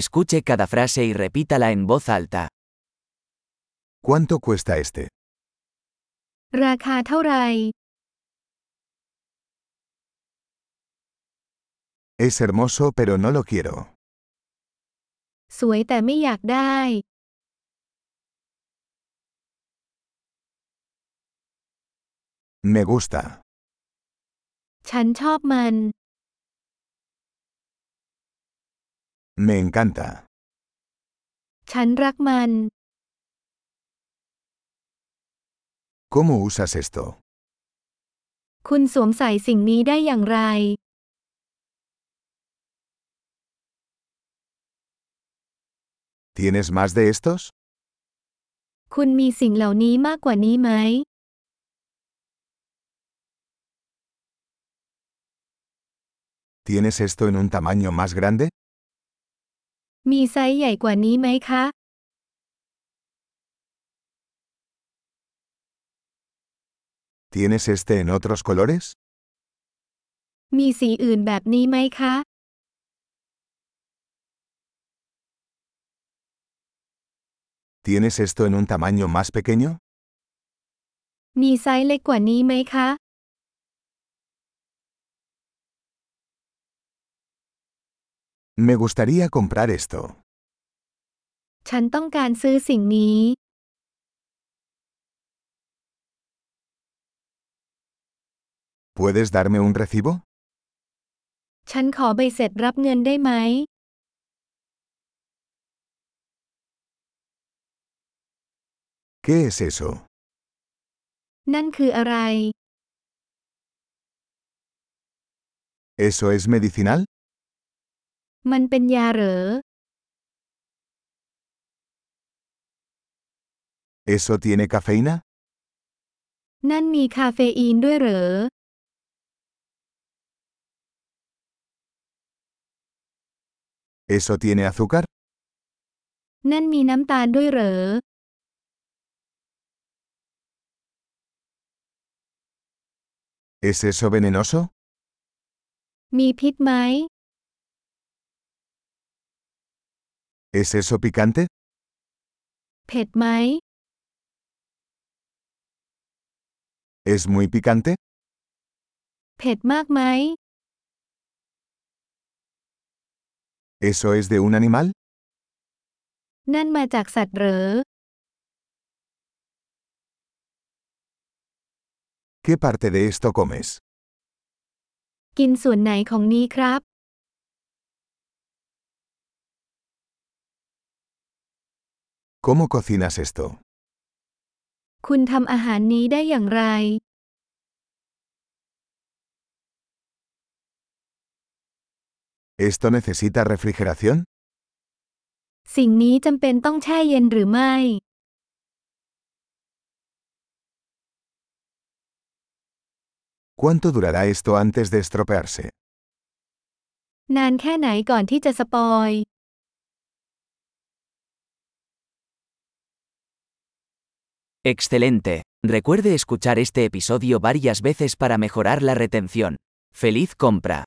Escuche cada frase y repítala en voz alta. ¿Cuánto cuesta este? ราคาเท่าไหร่ Es hermoso pero no lo quiero. สวยแต่ไม่อยากได้ Me gusta. ฉันชอบมัน Me encanta. ฉันรักมัน ¿Cómo usas esto? คุณสวมใส่สิ่งนี้ได้อย่างไร ¿Tienes más de estos? คุณมีสิ่งเหล่านี้มากกว่านี้ไหม ¿Tienes esto en un tamaño más grande? มีไซส์ใหญ่กว่านี้ไหมคะ ¿Tienes este en otros colores? มีสีอื่นแบบนี้ไหมคะ ¿Tienes esto en un tamaño más pequeño? มีไซส์เล็กกว่านี้ไหมคะ Me gustaría comprar esto. ฉันต้องการซื้อสิ่งนี้ ¿Puedes darme un recibo? ฉันขอใบเสร็จรับเงินได้ไหม ¿Qué es eso? นั่นคืออะไร ¿Eso es medicinal? มันเป็นยาเหรอ ¿Eso tiene cafeína? นั่นมีคาเฟอีนด้วยเหรอ ¿Eso tiene azúcar? นั่นมีน้ำตาลด้วยเหรอ ¿Es eso venenoso? มีพิษไหม ¿Es eso picante? เผ็ดไหม ¿Es muy picante? เผ็ดมากไหม ¿Eso es de un animal? นั่นมาจากสัตว์เหรอ ¿Qué parte de esto comes? กินส่วนไหนของนี้ครับ ¿Cómo cocinas esto? คุณทำอาหารนี้ได้อย่างไร ¿Esto necesita refrigeración? สิ่งนี้จำเป็นต้องแช่เย็นหรือไม่ ¿Cuánto durará esto antes de estropearse? นานแค่ไหนก่อนที่จะสปอย Excelente. Recuerde escuchar este episodio varias veces para mejorar la retención. ¡Feliz compra!